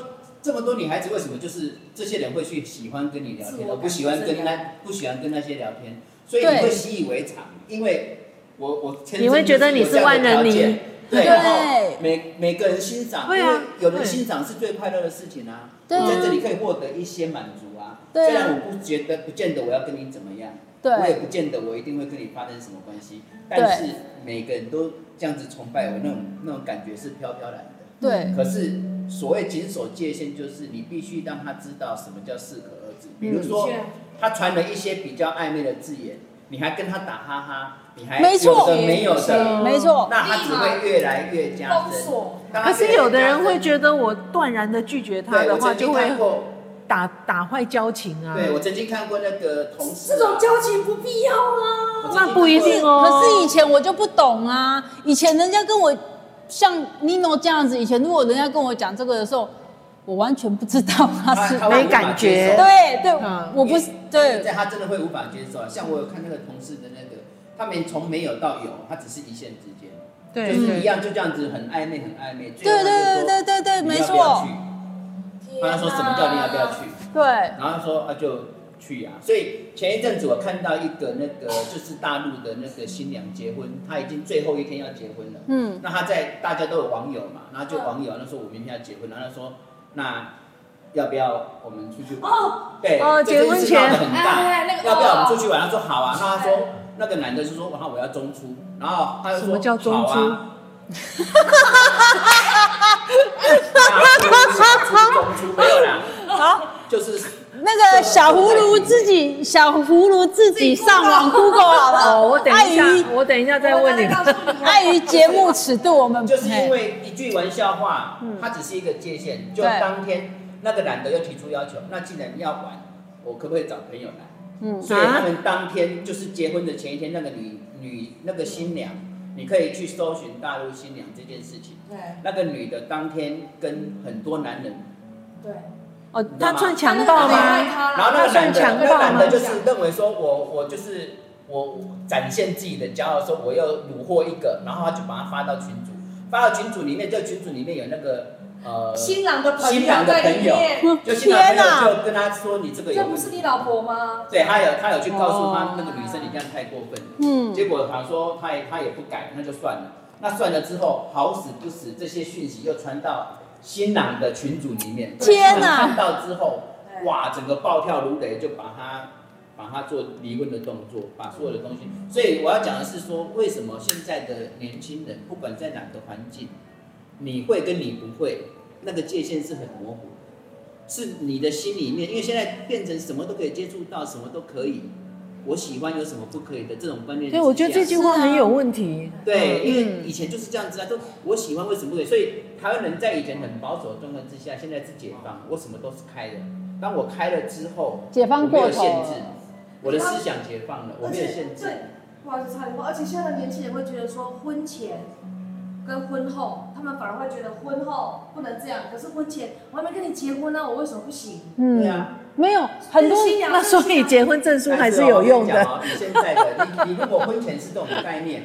Speaker 4: 这么多女孩子，为什么就是这些人会去喜欢跟你聊
Speaker 2: 自
Speaker 4: 天，
Speaker 2: 我
Speaker 4: 而
Speaker 2: 感
Speaker 4: 不喜欢跟那不喜欢跟那些聊天？所以你
Speaker 1: 对
Speaker 4: 会习以为常，因为我我天生
Speaker 3: 你会觉得你是万人迷
Speaker 4: 就是有这样的条件，对，
Speaker 1: 对
Speaker 4: 然后每每个人欣赏，
Speaker 3: 会
Speaker 4: 因
Speaker 3: 啊
Speaker 4: 为有人
Speaker 3: 会
Speaker 4: 欣赏是最快乐的事情啊，
Speaker 1: 对啊
Speaker 4: 我在这里可以获得一些满足啊。
Speaker 1: 对啊
Speaker 4: 虽然我不觉得，不见得我要跟你怎么样，
Speaker 1: 对
Speaker 4: 我也不见得我一定会跟你发生什么关系，
Speaker 1: 对
Speaker 4: 但是每个人都这样子崇拜我，那种那种感觉是飘飘然的。
Speaker 1: 对
Speaker 4: 可是所谓谨守界限，就是你必须让他知道什么叫适可而止。比
Speaker 3: 嗯
Speaker 4: 如说
Speaker 2: 是啊，
Speaker 4: 他传了一些比较暧昧的字眼，你还跟他打哈哈，你还
Speaker 1: 没错
Speaker 4: 有的没有的，
Speaker 1: 没错，
Speaker 4: 那他只会越来越加
Speaker 2: 封
Speaker 4: 深。
Speaker 2: 锁，
Speaker 4: 当他
Speaker 3: 可是
Speaker 4: 越来越
Speaker 3: 有的人会
Speaker 4: 加
Speaker 3: 觉得我断然的拒绝他
Speaker 4: 深对
Speaker 3: 的
Speaker 4: 我
Speaker 3: 话，
Speaker 4: 曾
Speaker 3: 就
Speaker 4: 经
Speaker 3: 会
Speaker 4: 看过，
Speaker 3: 打打坏交情啊。
Speaker 4: 对我曾经看过那个同事啊，
Speaker 2: 这种交情不必要啊。
Speaker 4: 我曾经
Speaker 3: 那不一定哦。
Speaker 1: 可是以前我就不懂啊，以前人家跟我像 Nino 这样子，以前如果人家跟我讲这个的时候，我完全不知道他
Speaker 4: 他
Speaker 1: 是。
Speaker 4: 哎他会
Speaker 3: 没
Speaker 4: 无法
Speaker 3: 感
Speaker 4: 接
Speaker 3: 觉
Speaker 4: 受
Speaker 1: 对对
Speaker 3: 嗯，
Speaker 1: 我不是
Speaker 4: 现
Speaker 1: 对
Speaker 4: 在他真的会无法接受啊。像我有看那个同事的那个，他们从没有到有，他只是一线之间。
Speaker 3: 对
Speaker 4: 就是
Speaker 3: 对
Speaker 4: 一样，就这样子很暧昧，很暧昧。最
Speaker 1: 对
Speaker 4: 后
Speaker 1: 对
Speaker 4: 他
Speaker 1: 对
Speaker 4: 就
Speaker 1: 对
Speaker 4: 说
Speaker 1: 对对，
Speaker 4: 你
Speaker 1: 没
Speaker 4: 要不要
Speaker 1: 错
Speaker 4: 去，他就说什
Speaker 2: 啊
Speaker 4: 么叫你要不要去？
Speaker 1: 对
Speaker 4: 然后他说啊就去啊。所以前一阵子我看到一个那个就是大陆的那个新娘结婚，她已经最后一天要结婚了。
Speaker 1: 嗯，
Speaker 4: 那她在大家都有网友嘛，然后就网友那说我明天要结婚，然后他说那要不要我们出去玩？
Speaker 2: 哦
Speaker 4: 对，
Speaker 3: 哦
Speaker 4: 这件
Speaker 3: 结婚
Speaker 4: 事闹得
Speaker 3: 前
Speaker 4: 很大，
Speaker 2: 哎那个
Speaker 4: 要不要我们
Speaker 2: 哦
Speaker 4: 出去玩？他说好啊，那他说那个男的就说啊我要中出，然后他就说
Speaker 3: 什么叫中
Speaker 4: 好
Speaker 3: 出
Speaker 4: 啊。中出没有啦，
Speaker 1: 好，
Speaker 4: 就是
Speaker 1: 那个小葫芦自己小葫芦自己上网 Google 好了。
Speaker 3: 哦，我等一
Speaker 1: 碍于
Speaker 3: 下，我等一下再问你
Speaker 2: 我。再告诉你啊
Speaker 1: 碍于节目尺度，我们
Speaker 4: 就是因
Speaker 1: 嘿嗯
Speaker 4: 为一句玩笑话，它只是一个界限。就
Speaker 1: 对
Speaker 4: 当天那个男的又提出要求，那既然要玩，我可不可以找朋友来？
Speaker 1: 嗯
Speaker 4: 所以他们当天就是结婚的前一天，那个女女那个新娘，你可以去搜寻大陆新娘这件事情。
Speaker 2: 对
Speaker 4: 那个女的当天跟很多男人，
Speaker 2: 对，
Speaker 3: 哦，他算强暴吗？
Speaker 4: 然后那个
Speaker 3: 算
Speaker 4: 男的，
Speaker 3: 强
Speaker 4: 那
Speaker 3: 暴
Speaker 4: 个男
Speaker 3: 吗
Speaker 4: 的就是认为说我我就是我我展现自己的骄傲，说我要虏获一个，然后他就把他发到群组，发到群组里面，这个群组里面有那个呃，
Speaker 2: 新郎的朋
Speaker 4: 新
Speaker 2: 友
Speaker 4: 郎的
Speaker 2: 在
Speaker 4: 朋
Speaker 2: 里
Speaker 4: 友
Speaker 2: 面，
Speaker 4: 就新郎
Speaker 1: 天哪
Speaker 4: 朋友就跟他说你这个
Speaker 2: 啊这
Speaker 4: 有
Speaker 2: 不
Speaker 4: 问
Speaker 2: 是
Speaker 4: 题，
Speaker 2: 你老啊婆吗？
Speaker 4: 对他有他有去告诉
Speaker 3: 哦
Speaker 4: 他那个女生你这样太过分了。
Speaker 1: 嗯
Speaker 4: 结果他说他也他也不改，那就算了。那算了之后，好死不死，这些讯息又传到新郎的群组里面。
Speaker 1: 天哪
Speaker 4: 哪！看到之后，
Speaker 2: 哎
Speaker 4: 哇，整个暴跳如雷，就把他把他做离婚的动作，把所有的东西。所以我要讲的是说，为什么现在的年轻人，不管在哪个环境，你会跟你不会，那个界限是很模糊的，是你的心里面，因为现在变成什么都可以接触到，什么都可以。我喜欢有什么不可以的这种观念之下？
Speaker 3: 对，我觉得这句话很有问题。
Speaker 4: 对，
Speaker 3: 嗯
Speaker 4: 因为以前就是这样子啊，都我喜啊欢为什么不可以？所以台湾人在以前很保守的状况之下，现在是解放，我什么都是开的，当我开了之后，
Speaker 1: 解放过
Speaker 4: 我没有
Speaker 1: 头
Speaker 4: 限制
Speaker 1: 了，
Speaker 4: 我的思想解放了，我
Speaker 2: 而
Speaker 4: 没有
Speaker 2: 且
Speaker 4: 限制
Speaker 2: 对。，不好意思插一句话，而且现在的年轻人会觉得说婚前跟婚后，他们反而会觉得婚后不能这样，可是婚前我还没跟你结婚呢、我为什么不行？
Speaker 4: 对
Speaker 1: 嗯，
Speaker 4: 啊，
Speaker 1: 没有很多
Speaker 2: 是新娘
Speaker 3: 那所以结婚证书还是有用
Speaker 4: 但
Speaker 3: 的
Speaker 4: 是。哦我跟你讲哦你现在的你，你如果婚前是这种概念，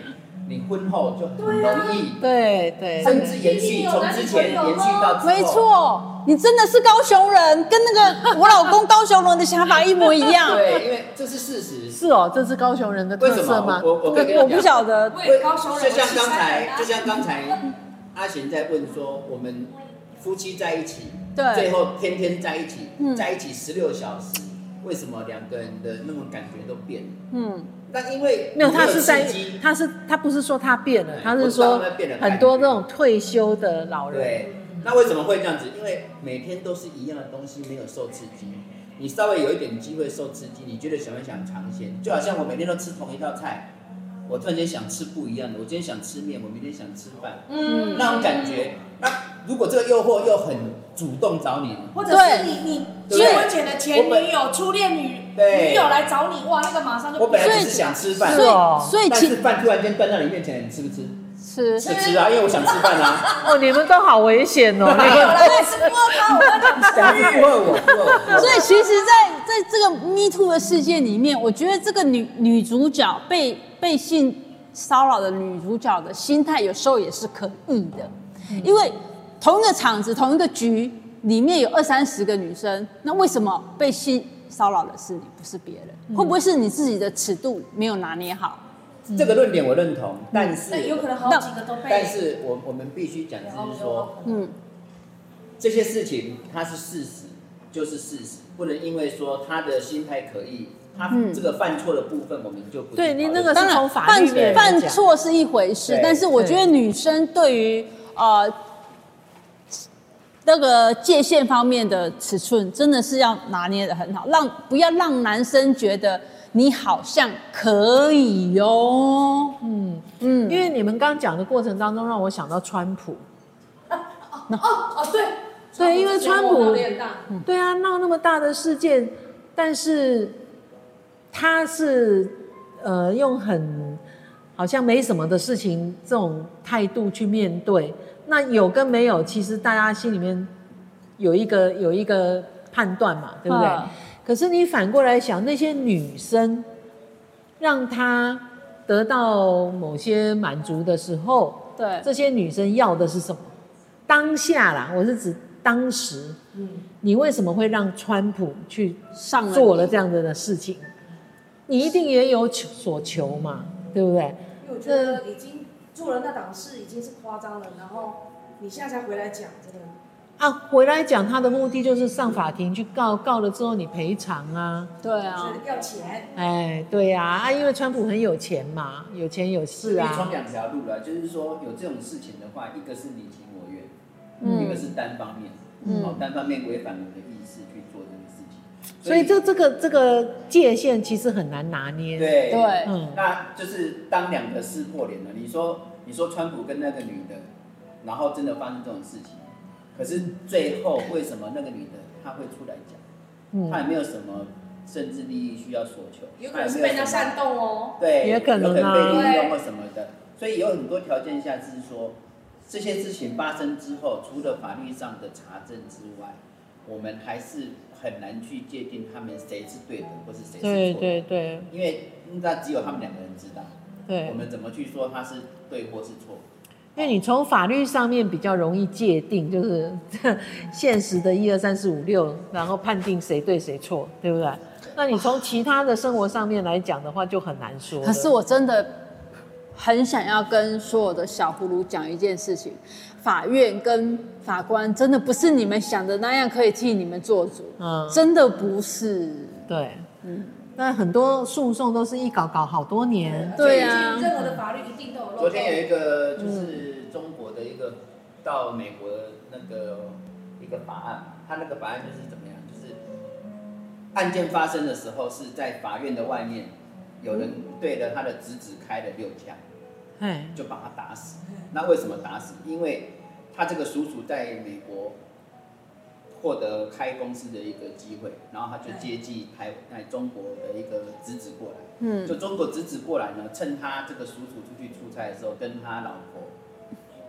Speaker 4: 你婚后就很
Speaker 2: 对啊
Speaker 4: 容易，
Speaker 3: 对对，
Speaker 4: 甚至延续从之前延续到之后。
Speaker 1: 没错，你真的是高雄人，跟那个我老公高雄人的想法一模一样。
Speaker 4: 对，因为这是事实。
Speaker 3: 是哦，这是高雄人的
Speaker 4: 为
Speaker 3: 特
Speaker 4: 什
Speaker 3: 色
Speaker 4: 么
Speaker 3: 吗？？
Speaker 4: 我我跟你
Speaker 1: 我
Speaker 4: 讲
Speaker 1: 不晓得，
Speaker 2: 我也高雄人，
Speaker 4: 就像
Speaker 2: 我是山人
Speaker 4: 刚才，
Speaker 2: 啊
Speaker 4: 就像刚才阿贤在问说，我们夫妻在一起，
Speaker 1: 对
Speaker 4: 最后天天在一起，
Speaker 1: 嗯
Speaker 4: 在一起十六小时，为什么两个人的那种感觉都变了？
Speaker 1: 嗯，
Speaker 4: 那因为
Speaker 3: 没有，他
Speaker 4: 你
Speaker 3: 是在
Speaker 4: 刺激，
Speaker 3: 他是他不是说他变了
Speaker 4: 对，
Speaker 3: 他是
Speaker 4: 我
Speaker 3: 说
Speaker 4: 知道他变了
Speaker 3: 很多那种退休的老人，
Speaker 4: 对，那为什么会这样子？因为每天都是一样的东西，没有受刺激。你稍微有一点机会受刺激，你觉得想不想尝鲜？就好像我每天都吃同一道菜，我突然间想吃不一样的。我今天想吃面，我明天想吃饭，
Speaker 2: 嗯
Speaker 4: 那种感觉。那如果这个诱惑又很主动找你，
Speaker 2: 或者是你你
Speaker 4: 对
Speaker 2: 结婚前的前
Speaker 4: 我本
Speaker 2: 女友、初恋女
Speaker 4: 对
Speaker 2: 女友来找你，哇，那个马上就
Speaker 4: 我本来
Speaker 1: 所以
Speaker 4: 只是想吃
Speaker 1: 所
Speaker 4: 饭，
Speaker 3: 哦
Speaker 1: 以所以
Speaker 4: 但是
Speaker 1: 其
Speaker 4: 饭突然间端到你面前，你吃不吃？
Speaker 1: 实
Speaker 4: 不吃啊，因为我想吃饭啊。
Speaker 1: <laughs>
Speaker 3: 哦，你们都好危险
Speaker 4: <laughs>
Speaker 3: 哦，你
Speaker 2: 有
Speaker 3: 们
Speaker 2: 来我吃不饿他，我在讲
Speaker 4: 等一下不问我，不问我。
Speaker 1: 所以其实在，在这个 Me Too 的事件里面，我觉得这个女女主角被被性骚扰的女主角的心态，有时候也是可疑的，
Speaker 4: 嗯
Speaker 1: 因为同一个场子、同一个局里面有二三十个女生，那为什么被性骚扰的是你，不是别人？
Speaker 4: 嗯
Speaker 1: 会不会是你自己的尺度没有拿捏好？
Speaker 4: 这个论点我认同，但
Speaker 2: 那
Speaker 4: 是
Speaker 2: 有可能好几个都被，
Speaker 4: 但是我我们必须讲，就是说
Speaker 1: 嗯，
Speaker 4: 这些事情它是事实，就是事实，不能因为说他的心态可疑，他
Speaker 1: 嗯
Speaker 4: 这个犯错的部分我们就不去
Speaker 3: 对
Speaker 4: 讨
Speaker 3: 你
Speaker 4: 论
Speaker 3: 那个
Speaker 1: 当
Speaker 3: 是
Speaker 1: 然
Speaker 3: 从法
Speaker 1: 犯
Speaker 3: 律面来
Speaker 1: 犯
Speaker 3: 讲
Speaker 1: 错是一回事
Speaker 4: 对，
Speaker 1: 但是我觉得女生对于呃那个界限方面的尺寸，真的是要拿捏的很好，让不要让男生觉得你好像可以哦。嗯嗯，
Speaker 3: 因为你们刚讲的过程当中，让我想到川普。
Speaker 2: 哦哦对，
Speaker 3: 对因为川普
Speaker 2: 有点大，
Speaker 3: 对啊，闹那么大的事件，但是他是呃用很好像没什么的事情这种态度去面对。那有跟没有，其实大家心里面有一个有一个判断嘛，对不对？
Speaker 1: 嗯
Speaker 3: 可是你反过来想，那些女生让她得到某些满足的时候，
Speaker 1: 对，
Speaker 3: 这些女生要的是什么？当下啦，我是指当时，
Speaker 2: 嗯，
Speaker 3: 你为什么会让川普去
Speaker 1: 上了
Speaker 3: 做了这样子的事情？你一定也有求所求嘛，对不对？
Speaker 2: 因为我觉得已经做了那档事已经是夸张了，然后你现在才回来讲，真的。
Speaker 3: 啊，回来讲他的目的就是上法庭去告，告了之后你赔偿啊，
Speaker 1: 对啊
Speaker 2: 是，要钱，
Speaker 3: 哎，对呀、啊，因为川普很有钱嘛，有钱有势
Speaker 4: 可以
Speaker 3: 啊
Speaker 4: 从，两条路来，就是说有这种事情的话，一个是你情我愿，
Speaker 1: 嗯
Speaker 4: 一个是单方面，
Speaker 1: 嗯
Speaker 4: 哦，单方面违反我的意识去做这个事情，
Speaker 3: 所以这这个这个界限其实很难拿捏。，
Speaker 4: 对
Speaker 1: 对，
Speaker 3: 嗯，
Speaker 4: 那就是当两个撕破脸了。你说，你说川普跟那个女的，然后真的发生这种事情，可是最后为什么那个女的她会出来讲？
Speaker 3: 嗯
Speaker 4: 她也没有什么政治利益需要索求，
Speaker 2: 有可能是被他煽动哦。
Speaker 4: 对，
Speaker 3: 也可能啊
Speaker 4: 有被利用或什么的。所以有很多条件下是说，这些事情发生之后，除了法律上的查证之外，我们还是很难去界定他们谁是对的，或是谁是错的。
Speaker 3: 对对对
Speaker 4: 因为那只有他们两个人知道，
Speaker 3: 对
Speaker 4: 我，们怎么去说他是对或是错？
Speaker 3: 因为你从法律上面比较容易界定，就是 <laughs> 现实的一二三四五六，然后判定谁对谁错，对不对？那你从其他的生活上面来讲的话，就很难说了。
Speaker 1: 可是我真的很想要跟所有的小葫芦讲一件事情：法院跟法官真的不是你们想的那样可以替你们做主，
Speaker 3: 嗯
Speaker 1: 真的不是。
Speaker 3: 对，
Speaker 1: 嗯
Speaker 3: 那很多诉讼都是一搞搞好多年，
Speaker 1: 对啊
Speaker 2: 所以任何的法律一定都有漏洞。
Speaker 4: 昨天有一个就是中国的一个到美国那个一个法案，他那个法案就是怎么样？就是案件发生的时候是在法院的外面，有人对着他的侄子开了六枪，
Speaker 3: 哎，
Speaker 4: 就把他打死。那为什么打死？因为他这个叔叔在美国获得开公司的一个机会，然后他就接济台哎中国的一个侄子过来，
Speaker 1: 嗯
Speaker 4: 就中国侄子过来呢，趁他这个叔叔出去出差的时候，跟他老婆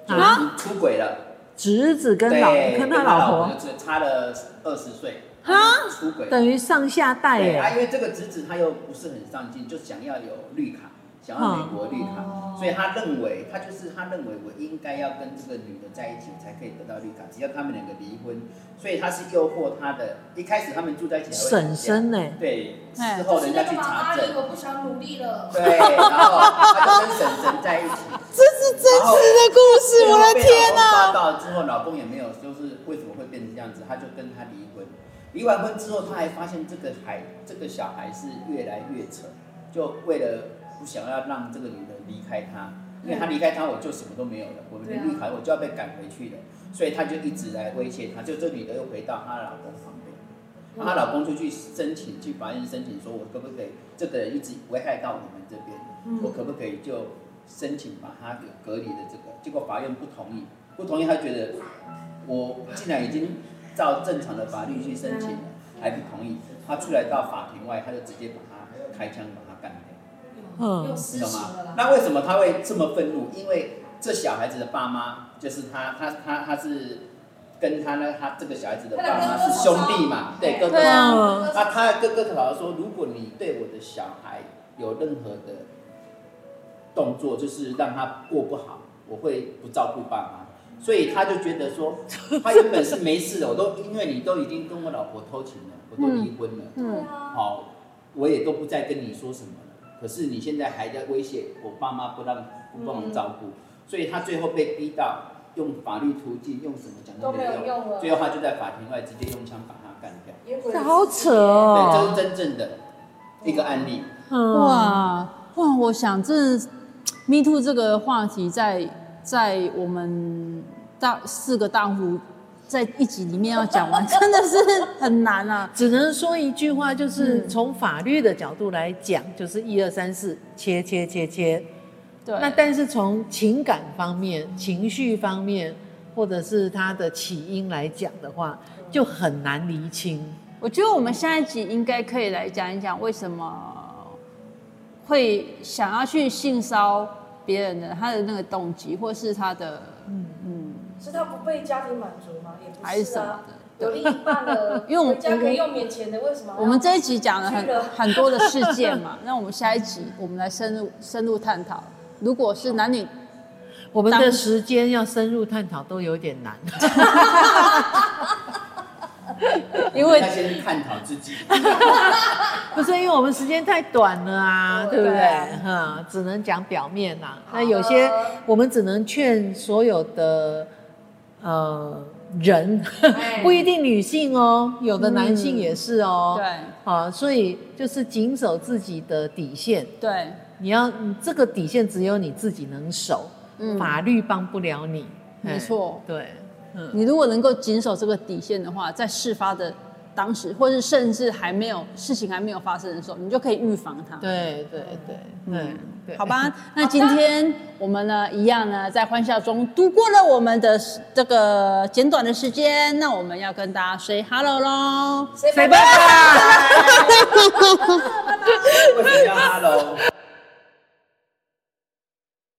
Speaker 4: 就
Speaker 1: 啊
Speaker 4: 出出轨了，
Speaker 3: 侄子跟
Speaker 4: 对，
Speaker 3: 老跟他老婆
Speaker 4: 就是差了二十岁，
Speaker 1: 啊
Speaker 4: 出轨了，
Speaker 3: 等于上下代
Speaker 4: 对啊，
Speaker 3: 耶，
Speaker 4: 因为这个侄子他又不是很上进，就想要有绿卡，想要美国绿卡，
Speaker 2: 哦
Speaker 4: 所以他认为他就是他认为我应该要跟这个女的在一起，我才可以得到绿卡。只要他们两个离婚，所以他是诱惑他的。一开始他们住在一起还会吵架
Speaker 3: 婶，婶呢？
Speaker 4: 对，
Speaker 1: 哎
Speaker 4: 事
Speaker 2: 就
Speaker 4: 后
Speaker 2: 是
Speaker 4: 人
Speaker 2: 那
Speaker 4: 家
Speaker 2: 个
Speaker 4: 去
Speaker 2: 妈
Speaker 4: 查
Speaker 2: 妈，
Speaker 4: 证，
Speaker 2: 我不想努力了。
Speaker 4: 对，然后他就跟婶婶在一起。
Speaker 1: 这是真实的故事，我的天啊
Speaker 4: 哪！抓
Speaker 1: 哪、
Speaker 4: 到之后，老公也没有，就是为什么会变成这样子，他就跟他离婚。离完婚之后，他还发现这个孩，这个小孩是越来越扯，就为了不想要让这个女人离开他，因为他离开他，我就什么都没有了，我的
Speaker 2: 对啊
Speaker 4: 绿卡我就要被赶回去了，所以他就一直来威胁她，就这女的又回到她老公旁边。
Speaker 2: 嗯
Speaker 4: 然后她老公就去申请，去法院申请，说我可不可以这个人一直危害到我们这边，
Speaker 2: 嗯
Speaker 4: 我可不可以就申请把他给隔离的这个？结果法院不同意，不同意，他觉得我既然已经照正常的法律去申请了，还不同意，他出来到法庭外，他就直接把他开枪把他干掉。
Speaker 3: 嗯
Speaker 2: 又
Speaker 4: 你
Speaker 2: 失
Speaker 4: 懂
Speaker 2: 行了
Speaker 4: 吗？
Speaker 2: 啦。
Speaker 4: 那为什么他会这么愤怒？因为这小孩子的爸妈就是他，他他他是跟他呢，他这个小孩子的爸妈是兄弟嘛，对哥哥
Speaker 1: 对啊
Speaker 4: 嘛。
Speaker 3: 嗯
Speaker 4: 那他的哥哥老师说，如果你对我的小孩有任何的动作，就是让他过不好，我会不照顾爸妈。所以他就觉
Speaker 2: <laughs>
Speaker 4: 得说，他原本是没事的，我都因为你都已经跟我老婆偷情了，我都离婚了，
Speaker 2: 对
Speaker 1: 嗯，
Speaker 2: 啊，
Speaker 4: 好，我也都不再跟你说什么了。可是你现在还在威胁我爸妈不让不帮我照
Speaker 2: 嗯
Speaker 4: 顾，所以他最后被逼到用法律途径，用什么讲都
Speaker 2: 都没
Speaker 4: 没
Speaker 2: 有
Speaker 4: 有用，
Speaker 2: 用了，
Speaker 4: 最后他就在法庭外直接用枪把他干掉。
Speaker 2: 也不
Speaker 3: 这
Speaker 2: 能
Speaker 3: 好扯哦
Speaker 4: 对，，这是真正的一个案例。
Speaker 3: 嗯，
Speaker 1: 哇哇！我想这 Me Too 这个话题在在我们大四个大户在一集里面要讲完，真的是很难啊。
Speaker 3: 只能说一句话，
Speaker 1: 嗯
Speaker 3: 就是从法律的角度来讲，就是一二三四，切切切切。
Speaker 1: 对，
Speaker 3: 那但是从情感方面、情绪方面，或者是它的起因来讲的话，就很难厘清。
Speaker 1: 我觉得我们下一集应该可以来讲一讲为什么会想要去性骚别人的他的那个动机，或是他的
Speaker 2: 是他不被家庭满足吗？也
Speaker 1: 还
Speaker 2: 不
Speaker 1: 是
Speaker 2: 是
Speaker 1: 什么
Speaker 2: 啊，
Speaker 1: 的。
Speaker 2: 有另一半了，
Speaker 1: 因为我们
Speaker 2: 人家可以用免钱的，为什么要？
Speaker 1: 我们这一集讲了很
Speaker 2: 去了
Speaker 1: 很多的事件嘛，那我们下一集我们来深入深入探讨，如果是男女
Speaker 3: 我们
Speaker 1: 当
Speaker 3: 的时间要深入探讨都有点难。
Speaker 1: 因为
Speaker 4: 他先探讨自己，
Speaker 3: <laughs> 不是因为我们时间太短了啊，
Speaker 2: 对
Speaker 3: 对不对
Speaker 1: 对？
Speaker 3: 哈，只能讲表面啦、啊。
Speaker 2: 好
Speaker 3: 那有些
Speaker 2: 的
Speaker 3: 我们只能劝所有的呃人，
Speaker 2: 哎
Speaker 3: <laughs> 不一定女性哦，有的男性也是哦。
Speaker 1: 对
Speaker 3: 啊，所以就是谨守自己的底线，
Speaker 1: 对
Speaker 3: 你要你这个底线只有你自己能守，
Speaker 1: 嗯
Speaker 3: 法律帮不了你。
Speaker 1: 没
Speaker 3: 哎
Speaker 1: 错
Speaker 3: 对，嗯，
Speaker 1: 你如果能够谨守这个底线的话，在事发的当时，或是甚至还没有事情还没有发生的时候，你就可以预防它。
Speaker 3: 对对对对对，
Speaker 1: 好吧，那今天我们呢，一样呢，在欢笑中度过了我们的这个简短的时间。那我们要跟大家 say hello 喽，
Speaker 2: 谁
Speaker 3: 拜
Speaker 2: 拜
Speaker 3: 拜。
Speaker 4: 为什么要 hello？